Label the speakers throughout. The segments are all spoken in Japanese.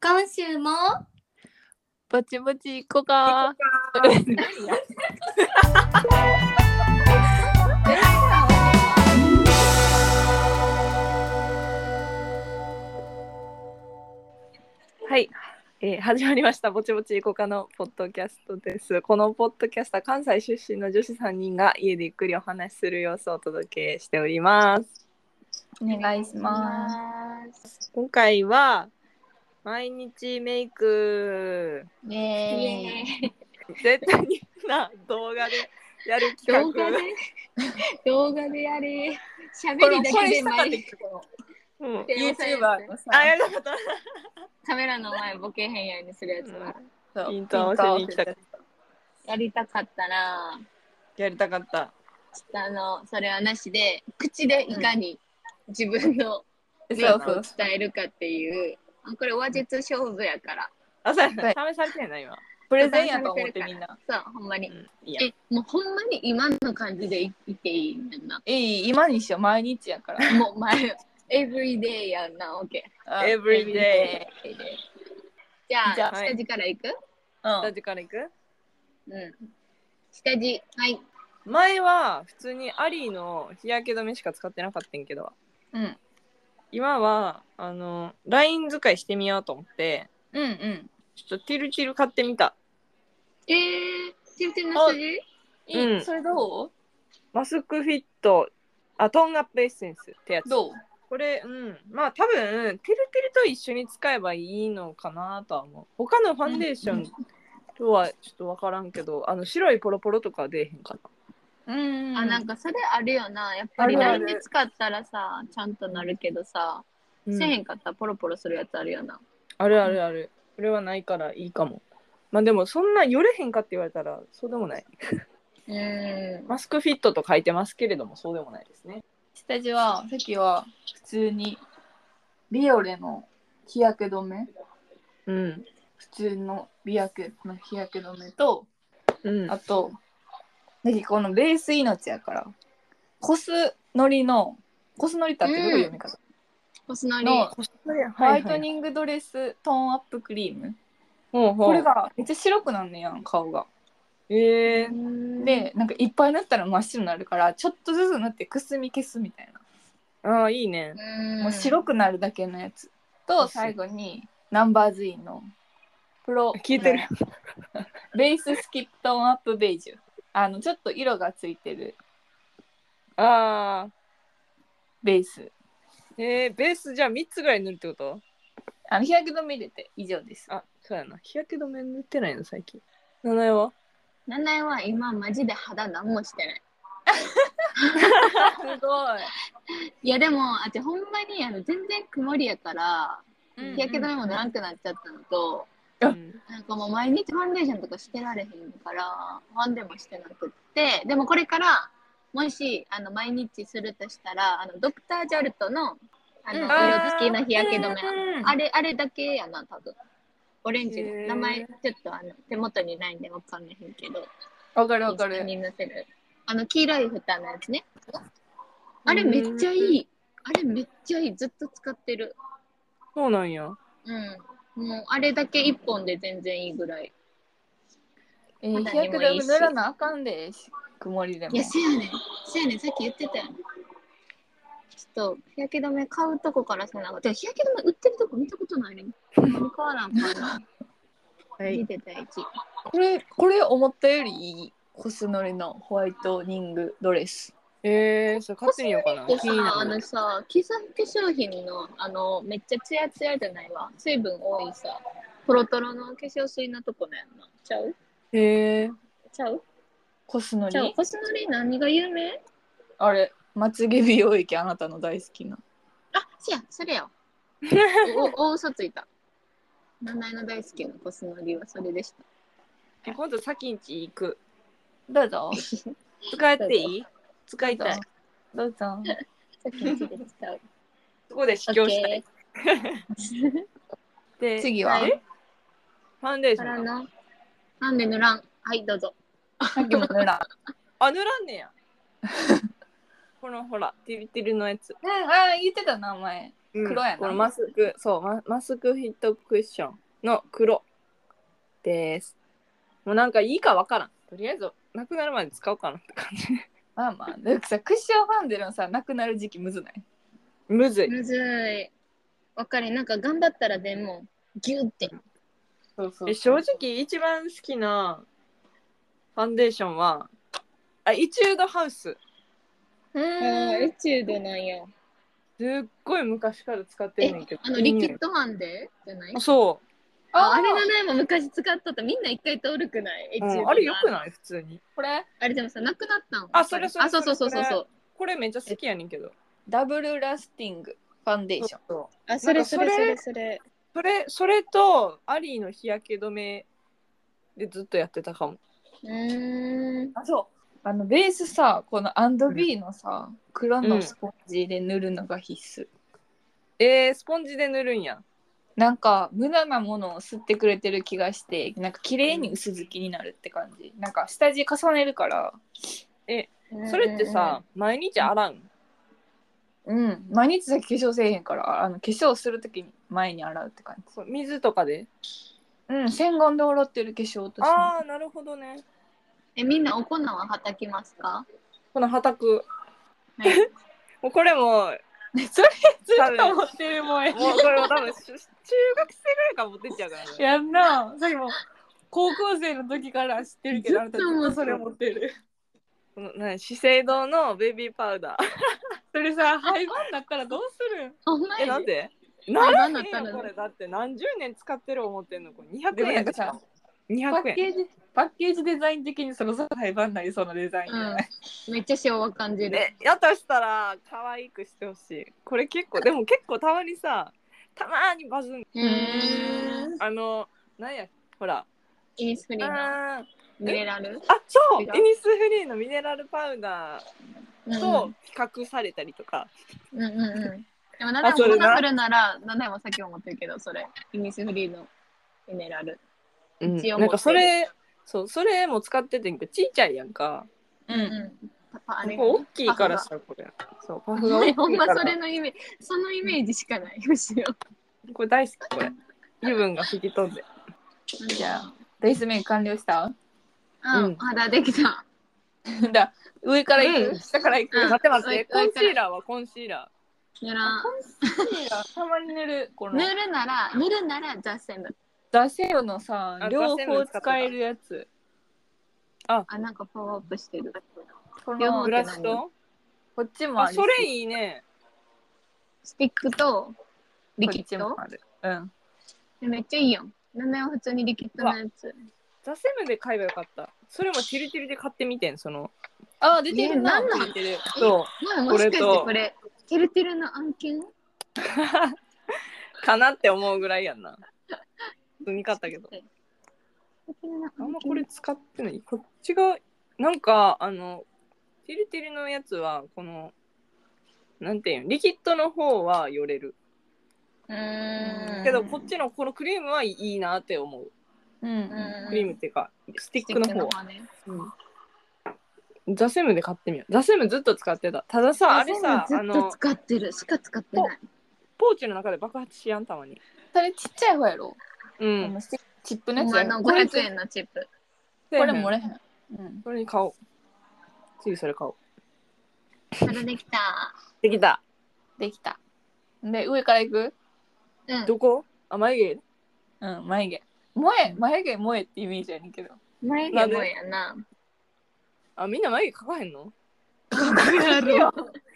Speaker 1: 今週も
Speaker 2: ぼちぼち行こうか。はい、えー始まりました。ぼちぼち行こうかのポッドキャストです。このポッドキャストは関西出身の女子3人が家でゆっくりお話しする様子をお届けしております。
Speaker 3: お願いします。
Speaker 1: す。
Speaker 2: 今回は毎日メイク
Speaker 3: イ
Speaker 1: イ
Speaker 3: エ
Speaker 1: エ
Speaker 3: ーイ。
Speaker 1: ーイ
Speaker 2: 絶対にな動画でやる企画。
Speaker 1: 動画で、動画でやれ。喋りだけで毎日
Speaker 2: うん、
Speaker 1: で
Speaker 3: YouTuber のさ、
Speaker 2: あ、やだった。
Speaker 1: カメラの前ボケへんようにするやつは、
Speaker 3: そう
Speaker 2: インターをしに行きたかっ
Speaker 1: やりたかったな。
Speaker 2: やりたかった。
Speaker 1: ちょっとあの、それはなしで、口でいかに自分のメイ
Speaker 3: そう
Speaker 1: ク
Speaker 3: そ
Speaker 1: を
Speaker 3: う。
Speaker 1: 伝えるかっていう。あこれ話術勝負やから。
Speaker 2: あ、そうやな。試されてんな、今。プレゼンやと思ってみんな。
Speaker 1: そう、ほんま
Speaker 2: う
Speaker 1: に。
Speaker 2: ん、いいや。
Speaker 1: え、もうほんまに今の感じでいいていいねんな。
Speaker 3: えい、今にしよう、毎日や から。
Speaker 1: もう前、エブリデイやんな、オッケー。
Speaker 3: あ
Speaker 2: Every day。
Speaker 1: じゃあ、
Speaker 3: じゃあ
Speaker 1: 下地からいく、
Speaker 3: う
Speaker 2: 下
Speaker 3: ん。
Speaker 2: 地から行く
Speaker 1: うん。下地、はい。
Speaker 2: 前は普通にアリーの日焼け止めしか使ってなかったんけど、
Speaker 3: うん。
Speaker 2: 今は、あの、ライン使いしてみようと思って、
Speaker 3: うんうん。
Speaker 2: ちょっとティルティル買ってみた。
Speaker 1: えー、チンチンの下地
Speaker 3: いい、
Speaker 2: うん
Speaker 3: それど
Speaker 2: マスクフィット、あ、トーンアップエッセンスってや
Speaker 3: う
Speaker 2: つ。
Speaker 3: どう
Speaker 2: これ、うん。まあ多分、テルテルと一緒に使えばいいのかなとは思う。他のファンデーションとはちょっとわからんけど、あの、白いポロポロとかは出えへんかな。
Speaker 3: うん
Speaker 1: あ、なんかそれあるよな。やっぱり
Speaker 2: あるあ
Speaker 1: LINE
Speaker 2: る
Speaker 1: で使ったらさ、ちゃんとなるけどさ、
Speaker 2: うん
Speaker 1: せえへんかったらポロポロするやつあるよな。
Speaker 2: あるあるある。これはないからいいかも。まあでもそんな寄れへんかって言われたらそうでもない。
Speaker 1: うん。
Speaker 2: マスクフィットと書いてますけれどもそうでもないですね。
Speaker 3: 下地は、さっきは普通に、ビオレの日焼け止め、
Speaker 2: うん。
Speaker 3: 普通の美薬の日焼け止めと、
Speaker 2: うん。
Speaker 3: あと、さっきこのベース命やから、コスノリの、コスノリってあってどういう読み方
Speaker 1: コスノリ。
Speaker 3: のホ
Speaker 2: ホ
Speaker 3: ワイトニングドレストーンアップクリーム、
Speaker 2: ほうほう
Speaker 3: これがめっちゃ白くなんねやん顔が。
Speaker 2: えー、
Speaker 1: うん、
Speaker 3: でなんかいっぱい塗ったら真っ白になるからちょっとずつ塗ってくすみ消すみたい
Speaker 2: ああ、いいね。
Speaker 3: な、
Speaker 1: も
Speaker 3: もう白くなるだけのやつと最後にナンバーズインのプロ
Speaker 2: 聞いてる
Speaker 3: ベーススキップトーンアップベージュあのちょっと色がついてる
Speaker 2: ああ。
Speaker 3: ベース
Speaker 2: えー、ベースじゃあ3つぐらい塗るってこと
Speaker 3: あの日焼け止め入れて以上です
Speaker 2: あ、そうやな。日焼け止め塗ってないの最近。名前は
Speaker 1: ナナエは今マジで肌何もしてない。
Speaker 3: すごい
Speaker 1: いやでも、あっちほんまにあの全然曇りやから、
Speaker 3: うんうん
Speaker 1: 日焼け止めもならんくなっちゃったのと、
Speaker 3: あ
Speaker 2: うん
Speaker 1: なんかもう毎日ファンデーションとかしてられへんから、ファンデもしてなくって、でもこれから、もしあの毎日するとしたら、あのドクター・ジャルトのあ
Speaker 3: う
Speaker 1: の
Speaker 3: ん
Speaker 1: 色付きの日焼け止め、
Speaker 3: うん
Speaker 1: あれ、あれだけやな、多分オレンジ
Speaker 2: へ
Speaker 1: の
Speaker 2: ー
Speaker 1: 名前、ちょっとあの手元にないんでわかんないんけど、
Speaker 3: わかるわか
Speaker 1: インスタ
Speaker 3: る
Speaker 1: に載せる。あの黄色い蓋のやつね。あれめっちゃいい。あれめっちゃいい。ずっと使ってる。
Speaker 2: そうなんや。
Speaker 1: うん。もうあれだけ一本で全然いいぐらい。
Speaker 3: えー日焼け止め塗らなあかんで曇りでも
Speaker 1: いや、せやねん。せやねん。さっき言ってたやん。ちょっと日焼け止め買うとこからさ、なんか、てか日焼け止め売ってるとこ見たこと ないねん。何買わなあかんな。見てた一。
Speaker 3: これこれ思ったよりいいコスノリのホワイトニングドレス
Speaker 2: えー、それ買ってみようかな。
Speaker 1: で
Speaker 2: 気にな
Speaker 1: さ、あ
Speaker 2: る
Speaker 1: のさ、基礎化粧品の、あの、めっちゃツヤツヤじゃないわ。水分多いさ、トロトロの化粧水のとこなんやんな。ちゃう
Speaker 2: えー、
Speaker 1: ちゃう
Speaker 3: コスノ
Speaker 1: じゃあ
Speaker 3: リ
Speaker 1: コスノリ何が有名
Speaker 3: あれまつげ美容液あなたの大好きな
Speaker 1: あそやそ れやおお嘘ついた名前の大好きなコスノリはそれでし
Speaker 2: え今度先んち行く。
Speaker 3: どうぞ
Speaker 1: た
Speaker 2: 使っていい使い
Speaker 3: どう
Speaker 2: たい
Speaker 3: ぞ。どうぞ
Speaker 1: 先にで使 う
Speaker 2: そこで試供したい。 で
Speaker 3: 次
Speaker 1: は
Speaker 3: はいえ
Speaker 2: ファンデーショ
Speaker 1: 塗ら
Speaker 2: ン
Speaker 1: ん
Speaker 2: な
Speaker 1: ななんで塗らんはいどうぞ
Speaker 3: さっきも塗らん
Speaker 2: あ塗らんねやこのほらティルティルのやつ
Speaker 3: うんあー言ってた名前
Speaker 2: うん
Speaker 3: 黒やな
Speaker 2: このマスクそうママスクフィットクッションの黒ですもうなんかいいかわからんとりあえずなくなるまで使おうかなって感じ
Speaker 3: まあまあでもさクッションファンデのさなくなる時期むずない
Speaker 2: むずい
Speaker 1: むずい。わかる。なんか頑張ったらでも、ギュって。
Speaker 3: そうそ
Speaker 2: え正直一番好きなファンデーションはあイチュードハウス
Speaker 1: 宇宙でなんや。
Speaker 2: すっごい昔から使ってるねんけど
Speaker 1: あの、
Speaker 2: いい
Speaker 1: リ
Speaker 2: ね
Speaker 1: キッドハンデじゃない
Speaker 2: あそ
Speaker 1: あ
Speaker 3: あ
Speaker 1: あれ
Speaker 3: れ
Speaker 1: のね、もう昔使っとった。みんな一回通るくない、エチ
Speaker 2: う、
Speaker 1: ュー
Speaker 2: う
Speaker 1: ド
Speaker 2: ん、
Speaker 1: の
Speaker 2: あれよくない普通に
Speaker 3: これ
Speaker 1: あれでもさ、なくなったん
Speaker 2: あそれそれ
Speaker 1: あ、そうそうそうそうそう。
Speaker 2: これめっちゃ好きやねんけど
Speaker 3: ダブルラスティングファンデーション
Speaker 2: そう
Speaker 1: あ、
Speaker 2: それそれそれ
Speaker 1: それ。
Speaker 2: それそれとアリーの日焼け止めでずっとやってたかも
Speaker 1: うーん。
Speaker 3: あそうあのベースさこのアンドビーのさ、黒のスポンジで塗るのが必須、
Speaker 2: えー、スポンジで塗るんや
Speaker 3: なんか無駄なものを吸ってくれてる気がしてなんか綺麗に薄付きになるって感じ、なんか下地重ねるから
Speaker 2: それってさ、毎日洗うん
Speaker 3: うん毎日だけ化粧せえへんからあの化粧するときに前に洗うって感じ
Speaker 2: こう水とかで
Speaker 3: うん洗顔で洗ってる化粧として
Speaker 2: ああなるほどね
Speaker 1: え、みんなお粉ははたきます か
Speaker 2: このはたく
Speaker 1: はい
Speaker 2: もうこれも
Speaker 3: それず
Speaker 2: っと
Speaker 3: 持ってるもん
Speaker 2: もうこれも多分し中学生ぐらいから持ってっちゃうからね。
Speaker 3: やんなさっきも高校生の時から知ってるけどあなたず
Speaker 1: ずっと持っ
Speaker 3: っ
Speaker 1: てる
Speaker 3: とそれ持ってる
Speaker 2: この何資生堂のベビーパウダー。
Speaker 3: それさ廃盤になったらどうするん
Speaker 1: あ、ほんま
Speaker 2: え、
Speaker 1: や
Speaker 2: なん
Speaker 1: で。
Speaker 2: でならへん
Speaker 1: なんだった
Speaker 2: よ、
Speaker 1: の
Speaker 2: これ。だって何十年使ってる思ってんのこれ
Speaker 3: で
Speaker 2: 200
Speaker 3: も
Speaker 2: 円
Speaker 3: なん
Speaker 2: で
Speaker 3: か
Speaker 2: しょ
Speaker 3: さ
Speaker 2: ?200 円。
Speaker 3: ージパッケージデザイン的にそろそろ廃盤になりそうなデザインじゃない、
Speaker 1: めっちゃ昭和感じる。
Speaker 2: え、やとしたら可愛くしてほしい。これ結構、でも結構たまにさ、たまにバズん。
Speaker 1: うーん。
Speaker 2: あの、なんや、ほら。
Speaker 1: イニスフリーの
Speaker 2: あー
Speaker 1: ミネラル。
Speaker 2: あ、そうイ
Speaker 1: 違う
Speaker 2: ニスフリーのミネラルパウダ
Speaker 1: う
Speaker 2: ー
Speaker 1: ん
Speaker 2: と比較されたりとか。
Speaker 1: うんうんうん。でも、なな
Speaker 2: それ
Speaker 1: も
Speaker 2: な
Speaker 1: ナフルなら、ななもさっきも持ってるけど、それ。イニスフリーのミネラル。
Speaker 2: うん
Speaker 1: 一応
Speaker 2: なんかそれ、そう、それも使っててんけど、ちいちゃいやんか。
Speaker 3: う
Speaker 1: うんん。パパあれ
Speaker 2: ここ大きいからさ、これ。そう、パフが大きい
Speaker 1: ほん
Speaker 2: か
Speaker 1: ま
Speaker 2: ら。
Speaker 1: それのイメージ、そのイメージしかない。むしろ。
Speaker 2: これ大好き、これ。油分が吹き飛んで。
Speaker 3: じゃあベースメイク完了した
Speaker 1: あ、
Speaker 2: う
Speaker 1: うんん、肌できた。
Speaker 3: だ上から行く、
Speaker 2: うん
Speaker 3: 下から行く、
Speaker 1: うん
Speaker 2: 待って待って、コ
Speaker 1: そう
Speaker 2: ン
Speaker 1: いう
Speaker 2: シーラーはコンシーラ
Speaker 1: 塗らん。
Speaker 3: たまに塗るこ
Speaker 1: 塗
Speaker 3: の
Speaker 1: るなら、塗るなら雑誌だ。
Speaker 3: ダセオのさ
Speaker 2: あ
Speaker 3: 両
Speaker 2: ダセオの
Speaker 3: 方
Speaker 2: 使ってた
Speaker 3: 使えるやつ
Speaker 1: あ、なんかパワーアップしてる。
Speaker 3: こ
Speaker 1: 両
Speaker 2: ー。
Speaker 1: 方
Speaker 3: の
Speaker 2: ブラシと
Speaker 3: こっちもあ
Speaker 2: あ、
Speaker 3: るし
Speaker 2: それいいね。
Speaker 1: スティックとリキ
Speaker 3: こっち
Speaker 1: ッド
Speaker 3: もあるうん
Speaker 1: えめっちゃいいやん。名前は普通にリキッドのやつ。
Speaker 2: ザセムで買えばよかった。それもチルチルで買ってみてん、その。
Speaker 3: あ出てるな
Speaker 1: えなんなん
Speaker 3: 出てる
Speaker 2: そう。
Speaker 1: まあ、もしかして
Speaker 2: これと
Speaker 1: これ、てるてるの案件
Speaker 2: かなって思うぐらいやんな。普通に買ったけど。
Speaker 1: てるてるの案件
Speaker 2: あんまこれ使ってない。こっちが、なんか、あの、ティルティルのやつは、この、なんていうん、リキッドの方はよれる。
Speaker 1: うーん。
Speaker 2: けど、こっちのこのクリームはいいなって思う。
Speaker 3: うんうん
Speaker 2: クリームっていうか、スティ
Speaker 1: ス
Speaker 2: ッ
Speaker 1: テ
Speaker 2: ク
Speaker 1: ィッ
Speaker 2: の
Speaker 1: クの
Speaker 2: 方は。
Speaker 1: 方ね。
Speaker 2: ザセムで買ってみよう。ザセムずっと使ってた。たださ、あれさ、
Speaker 1: 全
Speaker 2: あ
Speaker 1: 部ずっと
Speaker 2: の、
Speaker 1: 使ってるしか使ってない。
Speaker 2: ポーチの中で爆発しやん、たまに。
Speaker 3: それちっちゃい方やろ、
Speaker 2: う
Speaker 3: あ
Speaker 2: ん。
Speaker 3: のスティチップのや
Speaker 1: お
Speaker 3: つや
Speaker 1: 前
Speaker 3: ろ
Speaker 1: の
Speaker 3: これ
Speaker 1: 500円のチッ プ。
Speaker 3: これも
Speaker 2: れ。
Speaker 3: れへん、うん、
Speaker 2: これに買おう。次それ買おう。
Speaker 1: それできた。
Speaker 2: できた。
Speaker 3: できたで上から行く
Speaker 1: うん。
Speaker 2: どこあ、眉
Speaker 3: うん、眉毛。萌え、眉毛萌えってイメージやねんけど。
Speaker 1: 眉毛もやな。
Speaker 2: 毛あ、みんな眉毛描かへんの
Speaker 1: あるよ。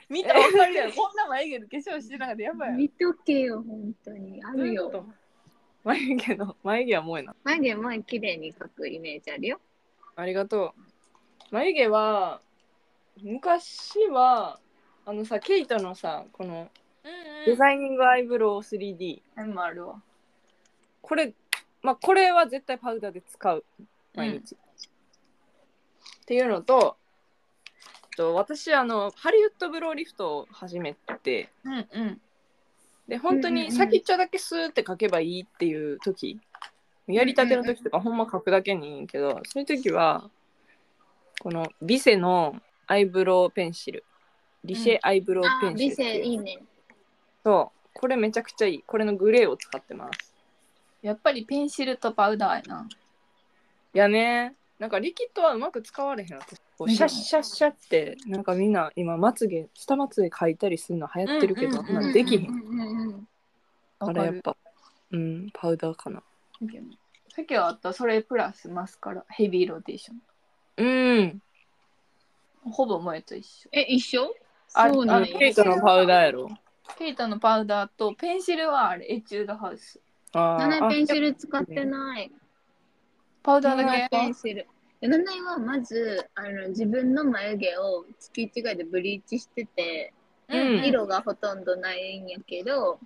Speaker 3: 見たらわかるやん。こんな眉毛で化粧してなかったらやばいやろ。
Speaker 1: 見とけよ、本当に。あ
Speaker 2: どう
Speaker 1: る
Speaker 2: いうこ
Speaker 1: よ。
Speaker 2: と眉毛の眉毛は萌えな
Speaker 1: 眉毛も綺麗に描くイメージあるよ。
Speaker 2: ありがとう眉毛は昔はあのさケイトのさこのデザイニングアイブロウ 3D
Speaker 3: インもあるわ。
Speaker 2: これまあこれは絶対パウダーで使う毎日、っていうのとえっと私あのハリウッドブローリフトを始めて
Speaker 3: うんうん。
Speaker 2: で本当
Speaker 1: うんうん
Speaker 2: に
Speaker 1: うん
Speaker 2: 先っちょだけスーって書けばいいっていう時やりたての時とかほんま書くだけにいいけどそういう時はこのビセのアイブロウペンシルリシェアイブロウ
Speaker 1: あ
Speaker 2: ペ
Speaker 1: あ、
Speaker 2: ンシル
Speaker 1: 理
Speaker 2: って
Speaker 1: 性
Speaker 2: いう、
Speaker 1: いいね。
Speaker 2: そうこれめちゃくちゃいいこれのグレーを使ってます
Speaker 3: やっぱりペンシルとパウダーやな。
Speaker 2: いやねなんかリキッドはうまく使われへん私こう
Speaker 3: ね
Speaker 2: シャッシャッシャッってなんかみんな今まつげ下まつげ描いたりするの流行ってるけど、
Speaker 3: うんうんうんうん
Speaker 2: まあできへん
Speaker 1: うんうんうんうん
Speaker 2: あ
Speaker 3: わ
Speaker 2: れ
Speaker 3: か
Speaker 2: やっ
Speaker 3: る。
Speaker 2: ぱうんパウダーかな
Speaker 3: さっきはあったそれプラスマスカラヘビーローテーショ
Speaker 2: うん
Speaker 3: ン。ほぼ萌えと一緒。
Speaker 1: え、一緒
Speaker 3: あ
Speaker 1: そうな
Speaker 2: あ
Speaker 1: ん
Speaker 2: の
Speaker 1: や
Speaker 2: ケイトのパウダーやろ
Speaker 3: ケイタのパウダーとペンシルはあれエチュードハウス。
Speaker 2: あー
Speaker 1: 七
Speaker 2: あ
Speaker 1: 重ペンシル使ってない。
Speaker 3: パウダーだ
Speaker 1: 七
Speaker 3: け。
Speaker 1: 重ペンシル。七重はまずあの自分の眉毛を月一回でブリーチしてて、
Speaker 2: うん
Speaker 1: 色がほとんどないんやけど、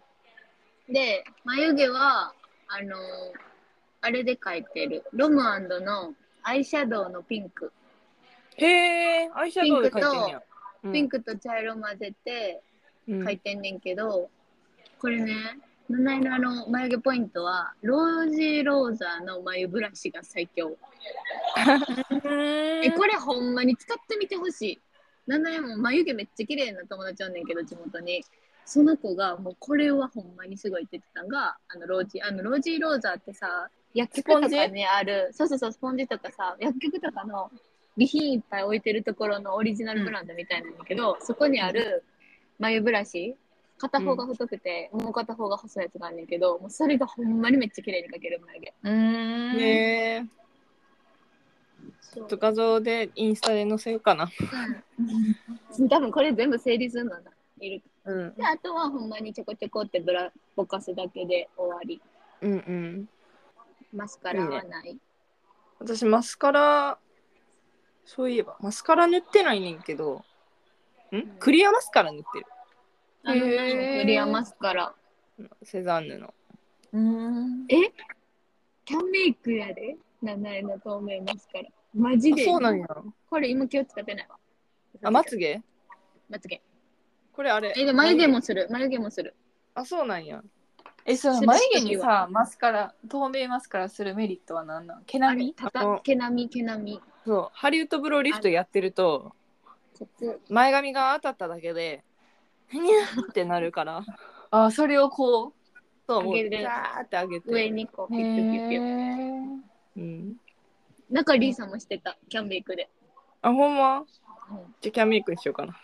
Speaker 1: で、眉毛は、あの、あれで描いてる。ロムアンドのアイシャドウのピンク。
Speaker 2: へえアイシャドウで描いてんや
Speaker 1: ピンクと茶色混ぜて
Speaker 2: うん
Speaker 1: 描いてんねんけど、これね、七重のあの眉毛ポイントは、ロージーローザーの眉ブラシが最強。えこれほんまに使ってみてほしい。七重も眉毛めっちゃ綺麗な友達おんねんけど地元に。その子がもうこれはほんまにすごいって言ってたんがあのロージーあのロージーローザーってさ薬局とかにあるそうそうそうスポンジとかさ薬局とかの備品いっぱい置いてるところのオリジナルブランドみたいなんだけど、そこにある眉ブラシ片方が太くて、もう片方が細いやつがあんねんけどもうそれがほんまにめっちゃ綺麗に描ける眉毛。
Speaker 3: うーん。
Speaker 2: ねえち
Speaker 1: そう
Speaker 2: ょっと画像でインスタで載せようかな
Speaker 1: 多分これ全部整理するのだ。いる
Speaker 2: うん
Speaker 1: であとはほんまにちょこちょこってぶらぼかすだけで終わり
Speaker 2: うんうん
Speaker 1: マスカラはない
Speaker 2: 私マスカラそういえばマスカラ塗ってないねんけどんクリアマスカラ塗ってる
Speaker 1: あの
Speaker 3: へー
Speaker 1: 塗りやマスカラ
Speaker 2: セザンヌの
Speaker 3: うーん。
Speaker 1: キャンメイクやで7円の透明マスカラマジ
Speaker 2: あ
Speaker 1: で
Speaker 2: そうなんや
Speaker 1: これ今気を使ってないわ
Speaker 2: あまつげ
Speaker 1: まつげ
Speaker 2: これあれ
Speaker 1: えで眉毛もする眉毛もする
Speaker 2: あそうなんや
Speaker 3: え、その眉毛にさ、マスカラ、透明マスカラするメリットは何なの毛
Speaker 1: あ
Speaker 3: 並
Speaker 1: れ
Speaker 3: み
Speaker 1: た
Speaker 2: あ
Speaker 1: た
Speaker 2: の
Speaker 1: 毛並み毛並み
Speaker 2: そうハリウッドブローリフトやってると
Speaker 1: ここ
Speaker 2: 前髪が当たっただけでふにゃーってなるから
Speaker 3: あ、それをこ
Speaker 2: そうもう
Speaker 1: 上げ
Speaker 2: ザ
Speaker 1: る
Speaker 2: ーって上げて
Speaker 1: 上にこう
Speaker 3: う。
Speaker 1: ピュッピュッピュッピュ
Speaker 2: うん、
Speaker 1: 中リーさんもしてたキャンメイクで、
Speaker 2: あほんま
Speaker 1: うん、
Speaker 2: じゃあキャンメイクにしようかな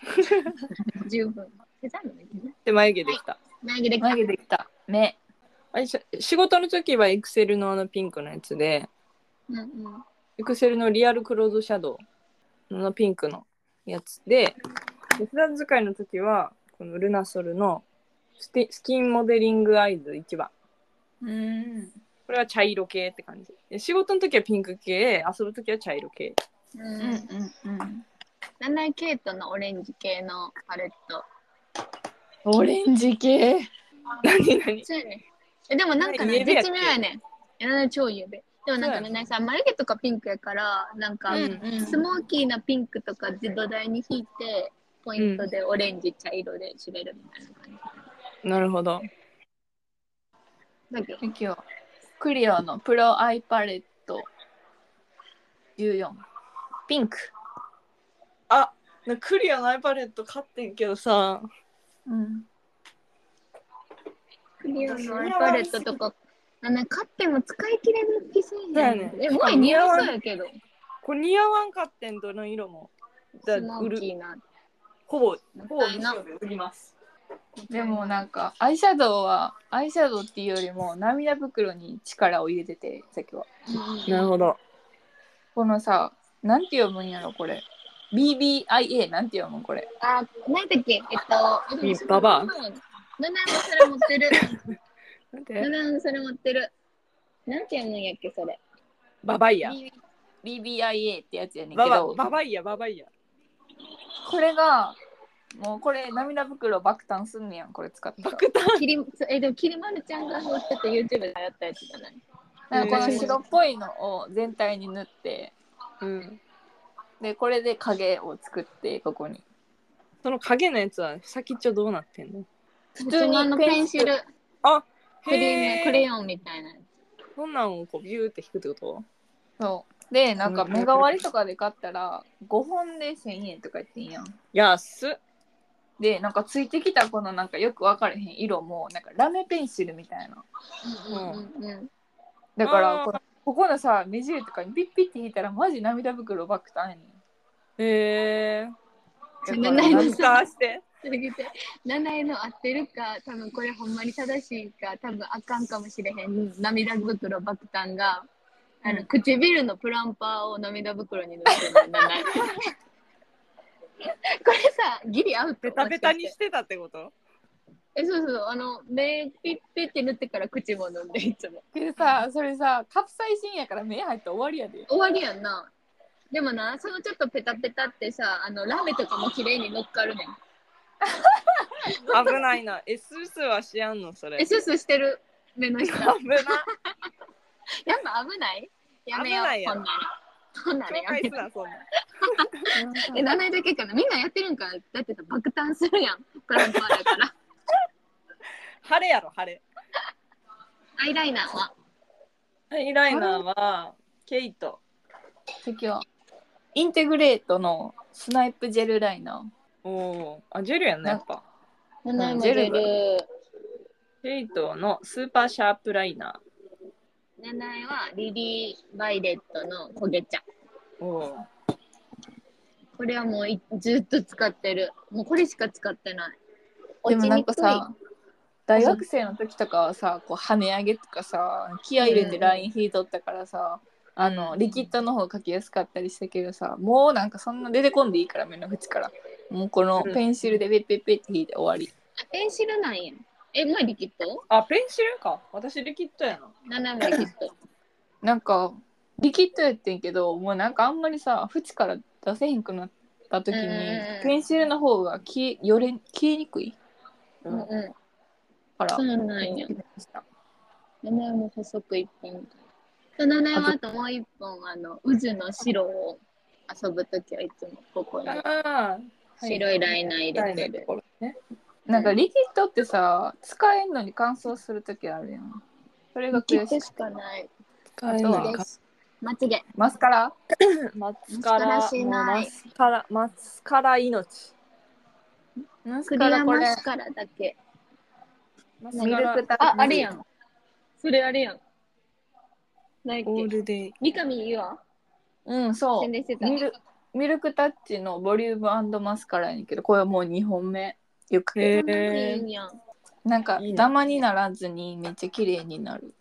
Speaker 1: 十分手伝うのできない
Speaker 2: で眉毛できた、
Speaker 1: 眉毛できた
Speaker 3: 眉毛できた。目。
Speaker 2: あれし仕事の時はエクセルのあのピンクのやつで
Speaker 1: うんうん
Speaker 2: エクセルのリアルクローズシャドウのピンクのやつで、で普段使いの時は、このルナソルのステスキンモデリングアイズ1番。
Speaker 3: うん。
Speaker 2: これは茶色系って感じ。で仕事の時はピンク系、遊ぶ時は茶色系。
Speaker 1: う
Speaker 3: うんんうんうん。
Speaker 1: 七重系統のオレンジ系のパレット
Speaker 3: オレンジ系。
Speaker 2: 何何
Speaker 1: そうやね。えでもなんか
Speaker 2: え
Speaker 1: ね、
Speaker 2: 指やっ
Speaker 1: 絶
Speaker 2: け
Speaker 1: 妙やね。いや超指。でもな
Speaker 2: そう
Speaker 1: ん
Speaker 2: や
Speaker 1: か
Speaker 2: ね
Speaker 1: ね、さ、眉毛とかピンクやから、なんか、
Speaker 2: うん
Speaker 1: スモーキーなピンクとかで土台に引いて、ポイントでオレンジ、茶色で締めるみたいな感
Speaker 2: なるほど。
Speaker 1: じ。だけど、
Speaker 3: 今日クリオのプロアイパレット14ピンク、
Speaker 2: あなクリアのアイパレット買ってんけどさ、
Speaker 3: うん、
Speaker 1: クリアのアイパレットとか、あの買っても使い切れる気せえへん
Speaker 2: そうやね
Speaker 1: え、もう似合いそうやけど、
Speaker 2: これ似合わんかってん、どの色も。だ
Speaker 1: スモーキーな。
Speaker 2: ほぼ、
Speaker 1: も
Speaker 2: ほぼ
Speaker 1: ったいな
Speaker 2: 無償で売ります。
Speaker 3: でもなんかアイシャドウはアイシャドウっていうよりも涙袋に力を入れててさっきは
Speaker 2: なるほど。
Speaker 3: このさなんて読むんやろこれ BBIA なんて読むんこれ
Speaker 1: あ、何だっけえっと、
Speaker 2: いいババア
Speaker 1: 七重もそれ持ってる。
Speaker 2: なん
Speaker 1: 七
Speaker 2: て
Speaker 1: 重もそれ持ってる。なんて読むんやっけ、それ。
Speaker 2: ババイヤ。
Speaker 3: B- BBIA ってやつやねんけ
Speaker 2: ババ
Speaker 3: ど
Speaker 2: ババイヤ、ババイヤ。
Speaker 3: これがもうこれ涙袋爆誕すんねやんこれ使ったら
Speaker 2: 爆誕
Speaker 1: きり えでもきりまるちゃんが乗ってて YouTube で流行ったやつじゃない
Speaker 3: なんかこの白っぽいのを全体に塗って
Speaker 2: うん。
Speaker 3: でこれで影を作ってここに
Speaker 2: その影のやつは先っちょどうなってんの
Speaker 3: 普
Speaker 1: 普通
Speaker 3: 通
Speaker 1: にあ
Speaker 3: に
Speaker 1: のペ
Speaker 3: ペ
Speaker 1: ン
Speaker 3: ン
Speaker 1: シ
Speaker 3: シ
Speaker 1: ル
Speaker 3: ル
Speaker 1: クリームクレ
Speaker 2: れ
Speaker 1: ヨンみたいなや
Speaker 2: そんなんをこうビューって引くってこと
Speaker 3: そうでなんかメガ割りとかで買ったら5本で1000円とか言っていいやん
Speaker 2: 安っ
Speaker 3: でなんかついてきたこのなんかよく分からへん色もなんかラメペンシルみたいな
Speaker 1: うんうんうん
Speaker 3: だから
Speaker 2: あー
Speaker 3: このここのさ目尻とかにピッピッて引いたらマジ涙袋ばくとあんねん
Speaker 2: え
Speaker 1: そ
Speaker 3: だ
Speaker 1: れ
Speaker 3: から
Speaker 1: ない
Speaker 2: ー、
Speaker 1: の
Speaker 2: なんかして。
Speaker 1: それ見て七重の合ってるか多分これほんまに正しいか多分あかんかもしれへん涙袋爆誕があの、
Speaker 3: うん
Speaker 1: 唇のプランパーを涙袋に塗ってるの 七重これさギリアウト
Speaker 2: ベタベタに
Speaker 1: もしか
Speaker 2: し
Speaker 1: して
Speaker 2: たってこと
Speaker 1: えそうそうあの目ピッピッて塗ってから口も塗んでいつも
Speaker 3: けどさそれさカプサイシンやから目入ったら終わりやで
Speaker 1: 終わりやんなでもなそのちょっとペタペタってさあのラメとかも綺麗に乗っかるねん
Speaker 2: 危ないな。え、スースーはしやんのそれ
Speaker 1: え。スースーしてる 目の下
Speaker 2: 危な。
Speaker 1: やっぱ危ないやめよう
Speaker 2: 危ないや
Speaker 1: ほ
Speaker 2: ろ
Speaker 1: んならほんなら
Speaker 2: 紹
Speaker 1: やめ
Speaker 2: 介
Speaker 1: よ
Speaker 2: す
Speaker 1: う
Speaker 2: な、そんな。
Speaker 1: え、名前だけかなみんなやってるんかだってさ、爆誕するやん。プランパーだから。
Speaker 2: 晴れやろ、晴れ。
Speaker 1: アイライナーは。
Speaker 2: アイライナーは、ケイト。
Speaker 3: 次はインテグレートのスナイプジェルライナ
Speaker 2: おお。あ、ジェルやんな、やっぱ。
Speaker 1: 七
Speaker 3: 七重
Speaker 1: 重も
Speaker 3: も
Speaker 1: 出
Speaker 3: 出
Speaker 1: る
Speaker 3: る。
Speaker 2: ケイトのスーパーシャープライナ
Speaker 1: 七重はリリー・バイレットの焦げ茶。
Speaker 2: ー。おお。
Speaker 1: これはもういずっと使ってる。もうこれしか使ってない。
Speaker 3: ーでもなんかさ大
Speaker 1: うん
Speaker 3: 学生の時とかはさこう跳ね上げとかさ気合い入れてライン引いとったからさ、あのリキッドの方書きやすかったりしたけどさもうなんかそんな出てこんでいいから目の縁からもうこのペンシルでペッペッペッって引いて終わり、
Speaker 1: あペンシルなんや。え、もうリキッド
Speaker 2: あ、ペンシルか。私、リキッドやな。
Speaker 1: 七重もリキッド。
Speaker 3: なんかリキッドやってんけどもうなんかあんまりさ縁から出せへんくなった時に、
Speaker 1: うんうんうん
Speaker 3: ペンシルの方が消えよれ消えにくい
Speaker 1: うんうん。
Speaker 3: から
Speaker 1: そうなんや。七重も細く一本。七重はあともう一本、あの、渦の白を遊ぶときはいつもここに。
Speaker 2: ああ。
Speaker 1: 白いライナー入れてる。
Speaker 2: ころね。
Speaker 3: なんかリキッドってさ使えんのに乾燥する時あるやんそれが悔しい
Speaker 1: しかない
Speaker 2: あ
Speaker 3: え
Speaker 2: と
Speaker 3: るの
Speaker 2: は
Speaker 1: で、す。まつげ。
Speaker 3: マスカラ
Speaker 2: マスカラ、
Speaker 1: マスカラし
Speaker 2: もう
Speaker 1: ない
Speaker 2: マスカラ、マスカラ命。
Speaker 3: マス
Speaker 1: ク
Speaker 3: カ
Speaker 1: リア
Speaker 3: ラこ
Speaker 1: マ
Speaker 3: れ
Speaker 1: スカラだけ。
Speaker 2: マ
Speaker 3: ミルクタ
Speaker 1: あ、あれやん。それあれやん。ないっ
Speaker 2: オー
Speaker 1: け
Speaker 2: ルデイ。
Speaker 1: 三上優は
Speaker 3: うんそ
Speaker 1: 宣
Speaker 3: う
Speaker 1: 伝してた。
Speaker 3: ミルミルクタッチのボリュームマスカラやねんけどこれもう2本目よく
Speaker 2: へ
Speaker 1: え
Speaker 2: え
Speaker 1: ー、いいやん。
Speaker 3: なんか
Speaker 2: いいね
Speaker 3: ダマにならずにめっちゃ綺麗になる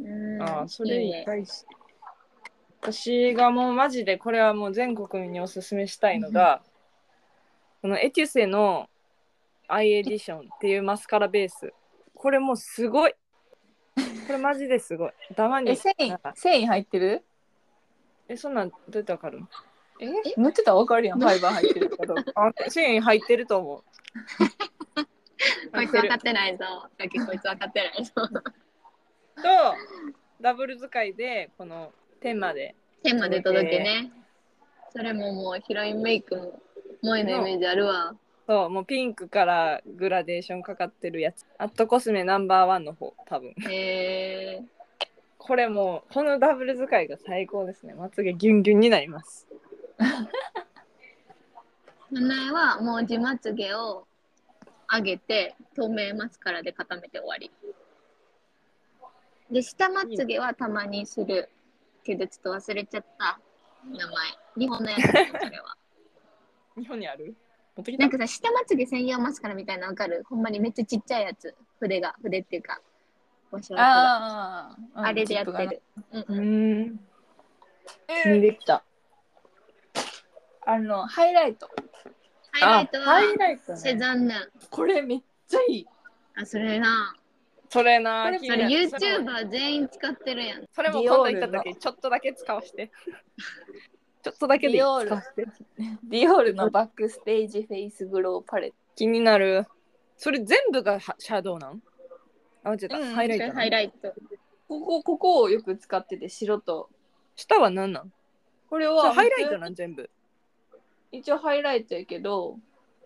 Speaker 1: うん
Speaker 2: ああ、それ
Speaker 1: いい
Speaker 2: い
Speaker 1: ね
Speaker 2: いし。私がもうマジでこれはもう全国民におすすめしたいのが、このエテュセのアイエディションっていうマスカラベース。これもうすごい。これマジですごい。ダマ
Speaker 3: え
Speaker 2: に。
Speaker 3: 繊維繊維入ってる
Speaker 2: え、そんなんどうやってわかるの
Speaker 3: え塗ってたら分かるやんファイバー入ってるかどうか
Speaker 2: あ、繊維入ってると思う。
Speaker 1: こいつ分かってないぞ。だけこいつ分かってないぞ。
Speaker 2: とダブル使いでこの天まで
Speaker 1: 天まで届けね。それももうヒロインメイクも萌えのイメージあ るわ。
Speaker 2: そうもうピンクからグラデーションかかってるやつアットコスメナンバーワンの方多分
Speaker 1: へえー。
Speaker 2: これもうこのダブル使いが最高ですねまつげギュンギュンになります
Speaker 1: 七重はもう地まつげを上げて透明マスカラで固めて終わりで下まつげはたまにするけどちょっと忘れちゃった名前日本のやつだよそれは
Speaker 2: 日本にある持ってき
Speaker 1: な
Speaker 2: た
Speaker 1: んかさ下まつげ専用マスカラみたいなのわかるほんまにめっちゃちっちゃいやつ筆が筆っていうかお正月があ
Speaker 3: ああ
Speaker 1: れでやってる
Speaker 2: うーん
Speaker 3: え
Speaker 2: 見てきた
Speaker 3: あのハイライト
Speaker 1: ハイライト
Speaker 2: あハイ
Speaker 1: は
Speaker 2: ライト
Speaker 1: セ
Speaker 2: ね
Speaker 1: ザンヌ
Speaker 3: これめっちゃいい
Speaker 1: あそれな
Speaker 2: それな
Speaker 3: これ
Speaker 2: 気
Speaker 1: そ
Speaker 2: にな
Speaker 1: れ
Speaker 2: る
Speaker 1: YouTuber 全員使ってるやん
Speaker 2: それも今度行った時ちょっとだけ使わしてちょっとだけでいい
Speaker 3: ディオール
Speaker 2: 使わせて
Speaker 3: ディオールのバックステージフェイスグローパレット
Speaker 2: 気になるそれ全部がはシャドウなんあ間違えた、
Speaker 3: うん
Speaker 2: ハイライトなん
Speaker 1: ハイライト
Speaker 3: ここここをよく使ってて白と
Speaker 2: 下は何なん
Speaker 3: これ
Speaker 2: そ
Speaker 3: は
Speaker 2: れハイライトなん全部、
Speaker 3: 一応ハイライトやけど、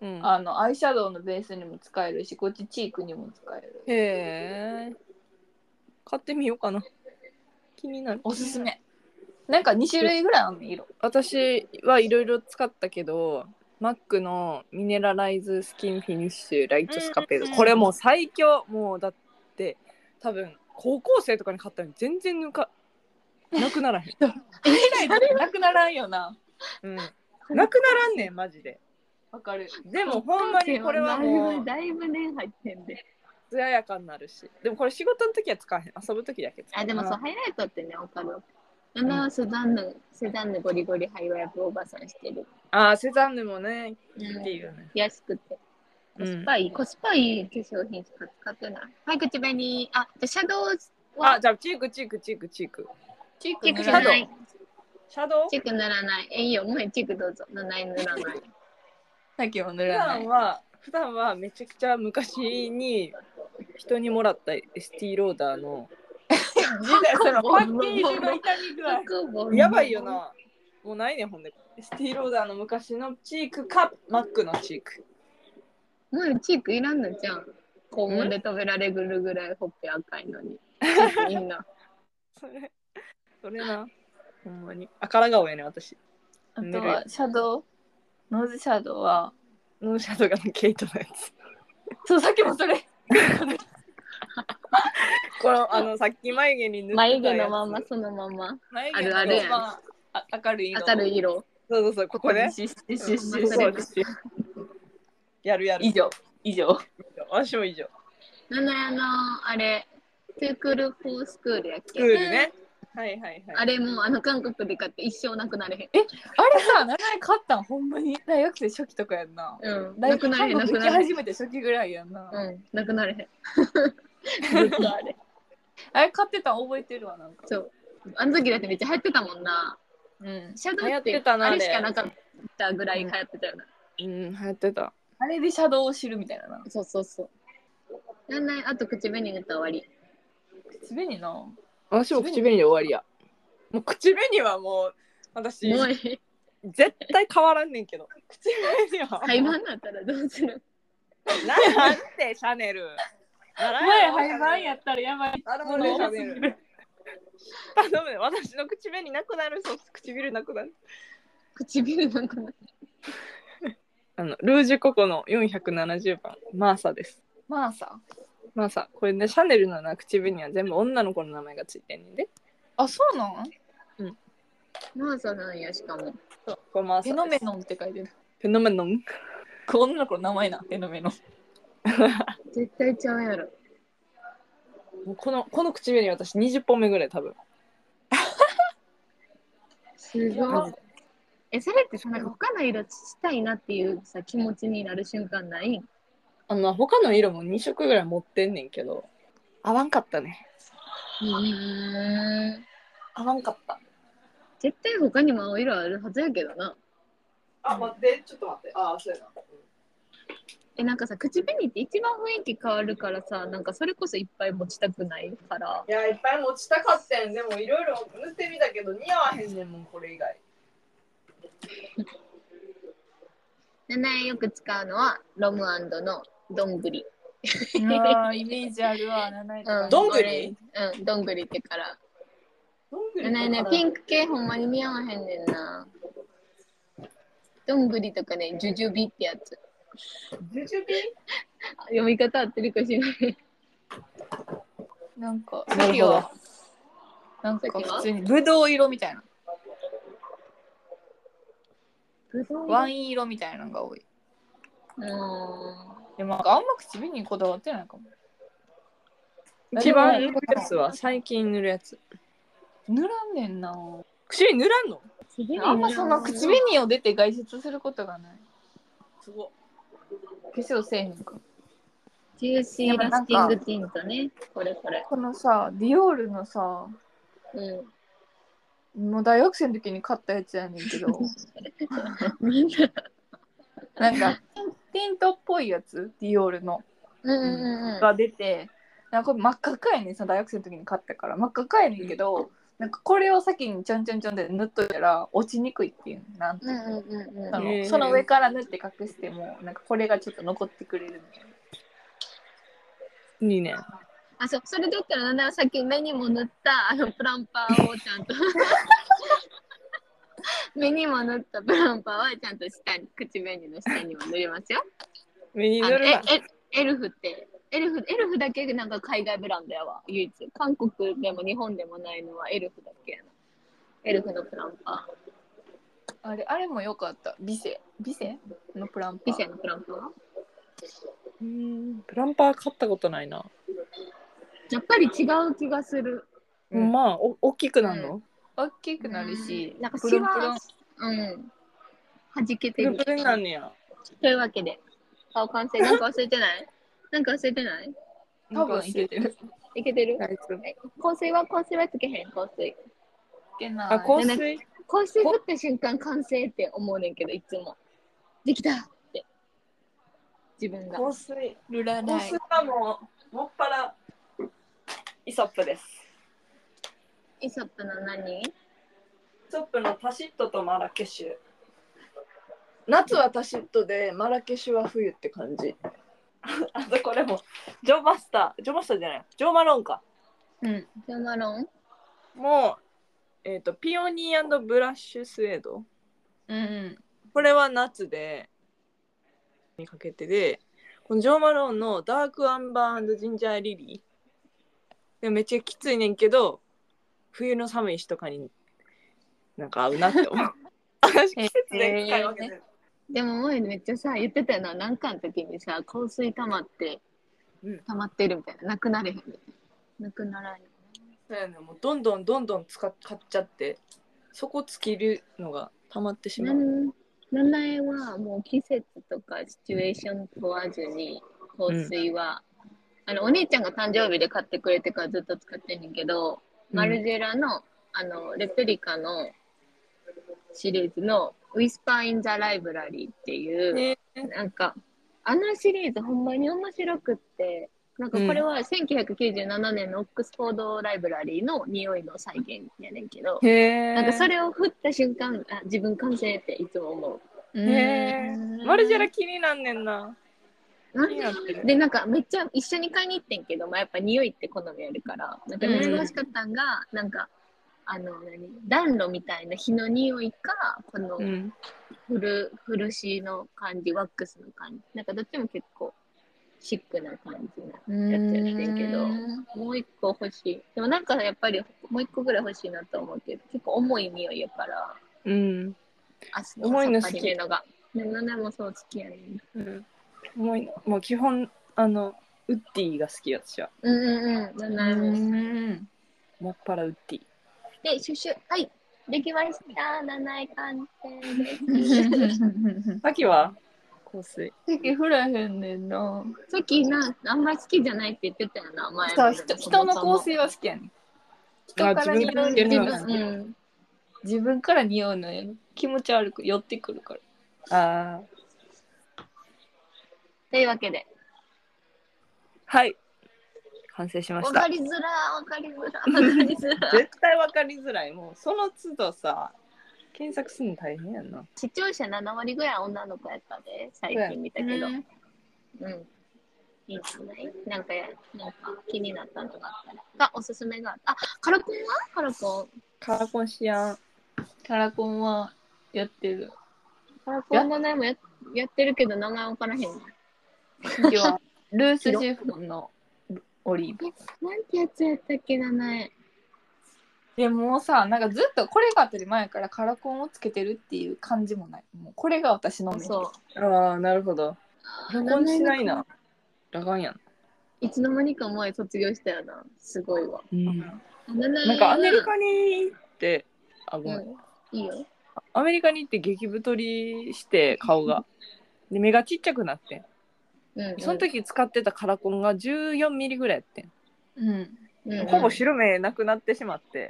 Speaker 2: うん、
Speaker 3: あのアイシャドウのベースにも使えるしこっちチークにも使える
Speaker 2: へえ買ってみようかな気になる
Speaker 3: おすすめなんか2種類ぐらいあんの色
Speaker 2: 私はいろいろ使ったけどマックのミネラライズスキンフィニッシュライトスカペ
Speaker 3: う
Speaker 2: ード、
Speaker 3: んうんうん
Speaker 2: これもう最強もうだって多分高校生とかに買ったのに全然ぬかなく ならへん、
Speaker 3: えらいなくならんよな。
Speaker 2: うん、なくならんねんマジで
Speaker 3: わかる。
Speaker 2: でもほんまにこれはもう
Speaker 1: だいぶだいぶ年入ってんで。
Speaker 2: 艶やかになるしでもこれ仕事の時は使わへん遊ぶ時だけ使う
Speaker 1: あ、でもそう、ハイライトってね、わかるわ。あの、セザンヌ、セザンヌゴリゴリハイワイプおばさんしてる。
Speaker 2: あーセザンヌもねっていうね
Speaker 1: 安くて。コスパいい、コスパいい化粧品しか使ってない。はい、口紅。あ、じゃあシャドウ
Speaker 2: あ
Speaker 1: は
Speaker 2: じゃあチークチークチークチーク
Speaker 3: チーク
Speaker 1: チェック
Speaker 3: 塗
Speaker 1: し
Speaker 3: ら
Speaker 1: な
Speaker 3: ない。
Speaker 1: い。
Speaker 2: シャドウ
Speaker 1: チェック塗らない。え、いいよ、もうチェックどうぞ。塗らない、塗らない。
Speaker 3: さっきも塗
Speaker 2: 普
Speaker 3: らな
Speaker 2: 段
Speaker 3: い。
Speaker 2: は普段はめちゃくちゃ昔に人にもらったエスティローダーの
Speaker 3: 時代そのパッケージの痛み具合。
Speaker 2: やばいよ。なもうないねんほんでエスティローダーの昔のチークかマックのチーク
Speaker 1: もうチークいらんのじゃん。肛門で食べられるぐらいほっぺ赤いのに。みんな。
Speaker 2: それそれなほんまにあから顔やねん私
Speaker 3: あとはシャドウ。ノーズシャドウは。
Speaker 2: ノーシャドウがのケイトのやつ
Speaker 3: そう、さっきもそれ。
Speaker 2: このあのさっき眉毛に塗ってたや
Speaker 1: 眉
Speaker 2: つ
Speaker 1: 毛のまんま、そのまんま。
Speaker 3: 眉
Speaker 1: あ
Speaker 3: 毛
Speaker 1: る
Speaker 3: の
Speaker 1: あるやん
Speaker 3: 一番あ明るい色。
Speaker 1: 明るい色。
Speaker 2: そうそうそうここね
Speaker 3: シュッシュッシュッシュ
Speaker 1: うん
Speaker 3: ッ
Speaker 1: ま
Speaker 3: シュッ
Speaker 2: そう
Speaker 1: あそれ
Speaker 2: ですよやるやる
Speaker 3: 以上。以上。
Speaker 2: 私も以上
Speaker 1: なんならあの、あれ、トゥークールフォースクールやっ
Speaker 2: クール
Speaker 1: け。
Speaker 2: ねはいはいはい
Speaker 1: あれもうあの韓国で買って一生なくなれ
Speaker 3: あれさ、名前買ったんほんまに大学生初期とかやんな。
Speaker 1: へん。うん。
Speaker 3: 大
Speaker 1: なく
Speaker 3: 学
Speaker 1: なれへん、な
Speaker 3: 生
Speaker 1: く
Speaker 3: 行き
Speaker 1: なれへん。
Speaker 3: 始めて初期ぐらいやんな。
Speaker 1: うん、なくなれへん。 ずっとあれ。
Speaker 3: あれ買ってたん覚えてるわ、なんか。
Speaker 1: そう。あの時だってめっちゃ流行ってたもんな。
Speaker 3: うん。
Speaker 1: シャドウ
Speaker 2: 流行
Speaker 1: っ
Speaker 2: っててたな
Speaker 1: あ
Speaker 2: あ
Speaker 1: れ
Speaker 2: れ
Speaker 1: しかなかったぐらい流行ってたよな。
Speaker 2: うん流行ってた
Speaker 3: あれでシャドウを知るみたいなな。
Speaker 1: そうそうそう。なんない、あと口紅塗ったら終わ
Speaker 3: 口紅の。
Speaker 2: 私も口紅で終わりやもう口紅はもう私
Speaker 1: り。もうええ
Speaker 2: 絶対変わらんねんけど口紅は
Speaker 1: 廃盤になったらどうする
Speaker 2: なんてシャネル
Speaker 3: 前廃盤やったらやばい。
Speaker 2: 頼むでシャネル頼むで私の口紅なくなるそう唇なくなる
Speaker 1: 唇なん かな
Speaker 2: あのルージュココの470番マーサです
Speaker 3: まあさ。
Speaker 2: マーサこれねシャネルのな口紅は全部女の子の名前がついてんねんで
Speaker 3: あ、そうなん
Speaker 1: マーサなんやしかも。
Speaker 2: そうこれマー
Speaker 3: フ
Speaker 2: サ
Speaker 3: ェノメノンって書いてる。
Speaker 2: フェノメノン
Speaker 3: 女の子の名前な、フェノメノン。
Speaker 1: 絶対ちゃうやろ。
Speaker 2: もうこのこの口紅私20本目ぐらい多分
Speaker 1: すごい。え、それってさ、なんか他の色したいなっていうさ、気持ちになる瞬間ない
Speaker 2: あの他の色も2色ぐらい持ってんねんけど合わんかったね
Speaker 1: うん。
Speaker 2: 合わん かった
Speaker 1: 絶対他にも青色あるはずやけどな。
Speaker 2: あ待ってちょっと待ってあそうやな
Speaker 1: え、なんかさ、口紅って一番雰囲気変わるからさ、なんかそれこそいっぱい持ちたくないから。
Speaker 2: いやいっぱい持ちたかったんでもいろいろ塗ってみたけど似合わへんねんもんこれ以外
Speaker 1: 七重よく使うのは、ロムアンドのどんぐり。
Speaker 3: あイメージあるわ、七
Speaker 1: うん、
Speaker 2: どんぐり
Speaker 1: うん、どんぐりってから。
Speaker 2: どんぐ
Speaker 1: 七重ね、ピンク系ほんまに似合わへんねんな。どんぐりとかね、ジュジュビってやつ。
Speaker 2: ジュジュピン
Speaker 1: あ読み方合ってるかしらない。
Speaker 3: なんか、
Speaker 2: なるほど
Speaker 3: なんか普通にブドウ色みたいな。ワイン色みたいなのが多い。
Speaker 1: う
Speaker 3: でもなんかあんま口紅にこだわってないかも。
Speaker 2: 一番塗るやつは最近塗るやつ
Speaker 3: 塗らんねんな。
Speaker 2: 口紅塗らんの
Speaker 1: ん。
Speaker 3: あんまそんな口紅を出て外出することがない。
Speaker 2: すご
Speaker 3: 化粧せえへんか。
Speaker 1: ジューシーラスティングティントね。これこれ。
Speaker 3: このさ、ディオールのさ、
Speaker 1: うん。
Speaker 3: もう大学生の時に買ったやつやねんけ ど、
Speaker 1: みんな。
Speaker 3: なんか、ティントっぽいやつ、ディオールの。
Speaker 1: うんうんうん。
Speaker 3: が出て、なんかこれ真っ赤っかやねん、その大学生の時に買ったから、真っ赤っかやねんけど、なんかこれを先にちょんちょんちょんで塗っといたら落ちにくいっていうなん
Speaker 1: うんうんうん
Speaker 3: あ
Speaker 1: うん。
Speaker 3: の
Speaker 2: へー
Speaker 3: その上から塗って隠してもなんかこれがちょっと残ってくれるみたいない
Speaker 2: いね
Speaker 1: あ、そう、それで言ったら、なんださっき目にも塗った、あの、プランパーをちゃんと。目にも塗ったブランパはちゃんと下に口紅の下にも塗りますよ。
Speaker 2: 目に
Speaker 1: あ
Speaker 2: 塗
Speaker 1: の
Speaker 2: るな
Speaker 1: え。えエルフってエルフエルフだけなんか海外ブランドやわ唯一韓国でも日本でもないのはエルフだけやなエルフのプランパー
Speaker 3: あれ、あれも良かった。ビセ。ビセのプランパー。
Speaker 1: ピセのプランパー
Speaker 2: うんプランパー買ったことないな。
Speaker 1: やっぱり違う気がする
Speaker 3: うん
Speaker 2: まあ、お大きくなるの、
Speaker 3: 大きくなるし、
Speaker 1: うんなんか
Speaker 3: プルンプルン。
Speaker 1: うん弾け
Speaker 2: プ
Speaker 1: て
Speaker 2: ル
Speaker 1: る
Speaker 2: プルになんねや。
Speaker 1: というわけで顔完成なんか忘れてないなんか忘れてない
Speaker 3: 多分いけてる。
Speaker 1: いけてる
Speaker 2: 大丈夫。
Speaker 1: 香水は香水はつけへん香水
Speaker 3: いけない。
Speaker 2: あ、香水
Speaker 1: 香水振った瞬間完成って思うねんけどいつもできたって自分が
Speaker 2: 香水。
Speaker 3: ルラ
Speaker 2: 香
Speaker 3: ライ
Speaker 2: 水。はもう、もっぱら、イソップです。
Speaker 1: イソップの何
Speaker 2: イソップのタシットとマラケシュ。夏はタシットで、マラケシュは冬って感じ。 あとこれも、ジョーマスター、ジョーマスターじゃない、ジョーマロンか。
Speaker 3: うん。
Speaker 1: ジョーマロン
Speaker 2: もう、えっ、と、ピオニーブラッシュスエード。
Speaker 3: うんうん。
Speaker 2: これは夏でにかけてでこのジョー・マローンの「ダーク・アンバージンジャー・リリー」でもめっちゃきついねんけど冬の寒い日とかになんか合うなって 思う私季節で使い分けてる、
Speaker 1: でも萌えめっちゃさ言ってたよな何かの時にさ香水溜まって
Speaker 2: うん
Speaker 1: 溜まってるみたいななくなれへんみたいななくならんよ
Speaker 2: そうやねもうどんどんどんどん使っ買っちゃってそこ尽きるのが溜まってしまう、
Speaker 1: なん七重はもう季節とかシチュエーション問わずに香水は、あのお姉ちゃんが誕生日で買ってくれてからずっと使ってんねんけど、
Speaker 2: うん
Speaker 1: マルジェラのあのレプリカのシリーズの「ウィスパー・イン・ザ・ライブラリー」っていう、
Speaker 2: ね
Speaker 1: なんかあのシリーズほんまに面白くってなんかこれは1997年のオックスフォード・ライブラリーの匂いの再現やねんけど、
Speaker 2: へえ
Speaker 1: なんかそれを振った瞬間あ自分完成っていつも思う。
Speaker 2: へーマルジェラ気になんねんな
Speaker 1: なん
Speaker 2: 気になってる
Speaker 1: でなんかめっちゃ一緒に買いに行ってんけど、まあ、やっぱ匂いって好みあるからなんか
Speaker 2: うん
Speaker 1: 何が欲しかったんが、なんかあの何暖炉みたいな火の匂いかこの
Speaker 2: うん
Speaker 1: ふる漆の感じワックスの感じなんかどっちも結構シックな感じな
Speaker 3: うん
Speaker 1: やつやってんけど
Speaker 3: うん
Speaker 1: もう一個欲しいでもなんかやっぱりもう一個ぐらい欲しいなと思うけど結構重い匂いやから
Speaker 2: うん
Speaker 1: あそう
Speaker 2: 重いの
Speaker 1: さっぱり
Speaker 2: 好き
Speaker 1: いうのがでも何でもそう好きやねん
Speaker 2: うん、もうもう基本あのウッディが好きや私は
Speaker 1: うんうんうん。なるほど
Speaker 3: うん
Speaker 2: もっぱらウッディ
Speaker 1: で、シュッシュ、はい、できました。七位完成です。
Speaker 2: さっきは香水
Speaker 3: 席振らへんねんな。
Speaker 1: さっきな、あんまり好きじゃないって言ってたよな、前
Speaker 3: そう人人の香水は好きやねん。人
Speaker 2: あ
Speaker 3: から匂う
Speaker 2: 自分で
Speaker 1: 自
Speaker 2: や
Speaker 3: 自
Speaker 2: るのは
Speaker 3: 分
Speaker 1: 分、うん。
Speaker 3: 自分から匂うのよ。気持ち悪く寄ってくるから。
Speaker 2: ああ
Speaker 1: というわけで、
Speaker 2: はい完成しま
Speaker 1: わ
Speaker 2: し
Speaker 1: か
Speaker 2: た
Speaker 1: りづら、わかりづら、わかりづら。
Speaker 2: 絶対わかりづらいもうその都度さ検索するの大変やんな
Speaker 1: 視聴者7割ぐらい女の子やったで、最近見たけど。うん。いいんじゃないなんかや、なんか気になったのがあったら。が、おすすめがあった。あ、カラコンはカラコン。
Speaker 2: カラコンシアン
Speaker 3: カラコンはやってる。
Speaker 1: カラコンの名前もややってるけど、名前わからへん。
Speaker 3: 次はルースシフォンのオリーブ。
Speaker 1: なんてやつやったっけ、名前。
Speaker 3: でもうさ、なんかずっとこれが当たり前やからカラコンをつけてるっていう感じもない。もうこれが私の目。
Speaker 1: そう。
Speaker 2: ああなるほどカラコンしないなラガンやん、
Speaker 1: いつの間にか前卒業したよな。すごいわ。な
Speaker 2: なんかアメリカに行ってあごめん、
Speaker 1: いいよ。
Speaker 2: アメリカに行って激太りして顔がで目がちっちゃくなってん
Speaker 1: うん、うん
Speaker 2: その、時使ってたカラコンが14ミリぐらいやってん、
Speaker 3: うん。
Speaker 1: うんうん
Speaker 2: ほぼ白目なくなってしま って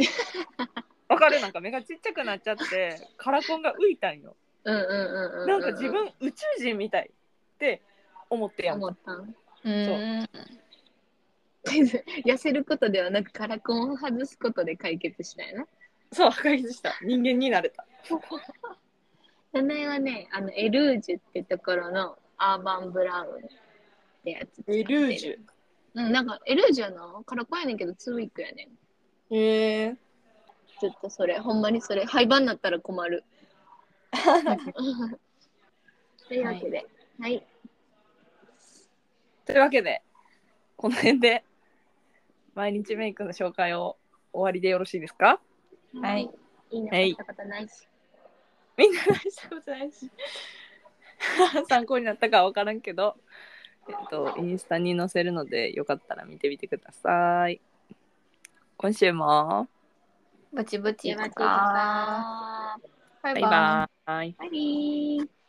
Speaker 2: わかるなんか目がちっちゃくなっちゃってカラコンが浮いたんよ
Speaker 1: うんうんうんうん。
Speaker 2: なんか自分宇宙人みたいって思ってやん
Speaker 1: 思ったん。
Speaker 3: うん。
Speaker 1: 痩せることではなくカラコンを外すことで解決したよな。
Speaker 2: そう解決した人間になれた
Speaker 1: 名前はね、あのエルージュってところのアーバンブラウンってやつ。
Speaker 2: エルージュ
Speaker 1: うん、なんかエルージュのカラコンやねんけどツーウィークやねん。
Speaker 2: へえ
Speaker 1: ちょっとそれほんまにそれ廃盤になったら困 る。というわけで、はい、
Speaker 2: というわけでこの辺で毎日メイクの紹介を終わりでよろしいですか
Speaker 3: はい。
Speaker 1: いいね、ったことないし。
Speaker 2: みんな大したことないし 参考になったかは分からんけど、えっと、インスタに載せるのでよかったら見てみてください今週も
Speaker 3: ぼちぼち
Speaker 1: じゃあ、
Speaker 3: 行
Speaker 1: 待っ
Speaker 3: くか。
Speaker 1: てくだ
Speaker 3: バ
Speaker 1: さ
Speaker 2: バイバイ
Speaker 1: い。バイビー。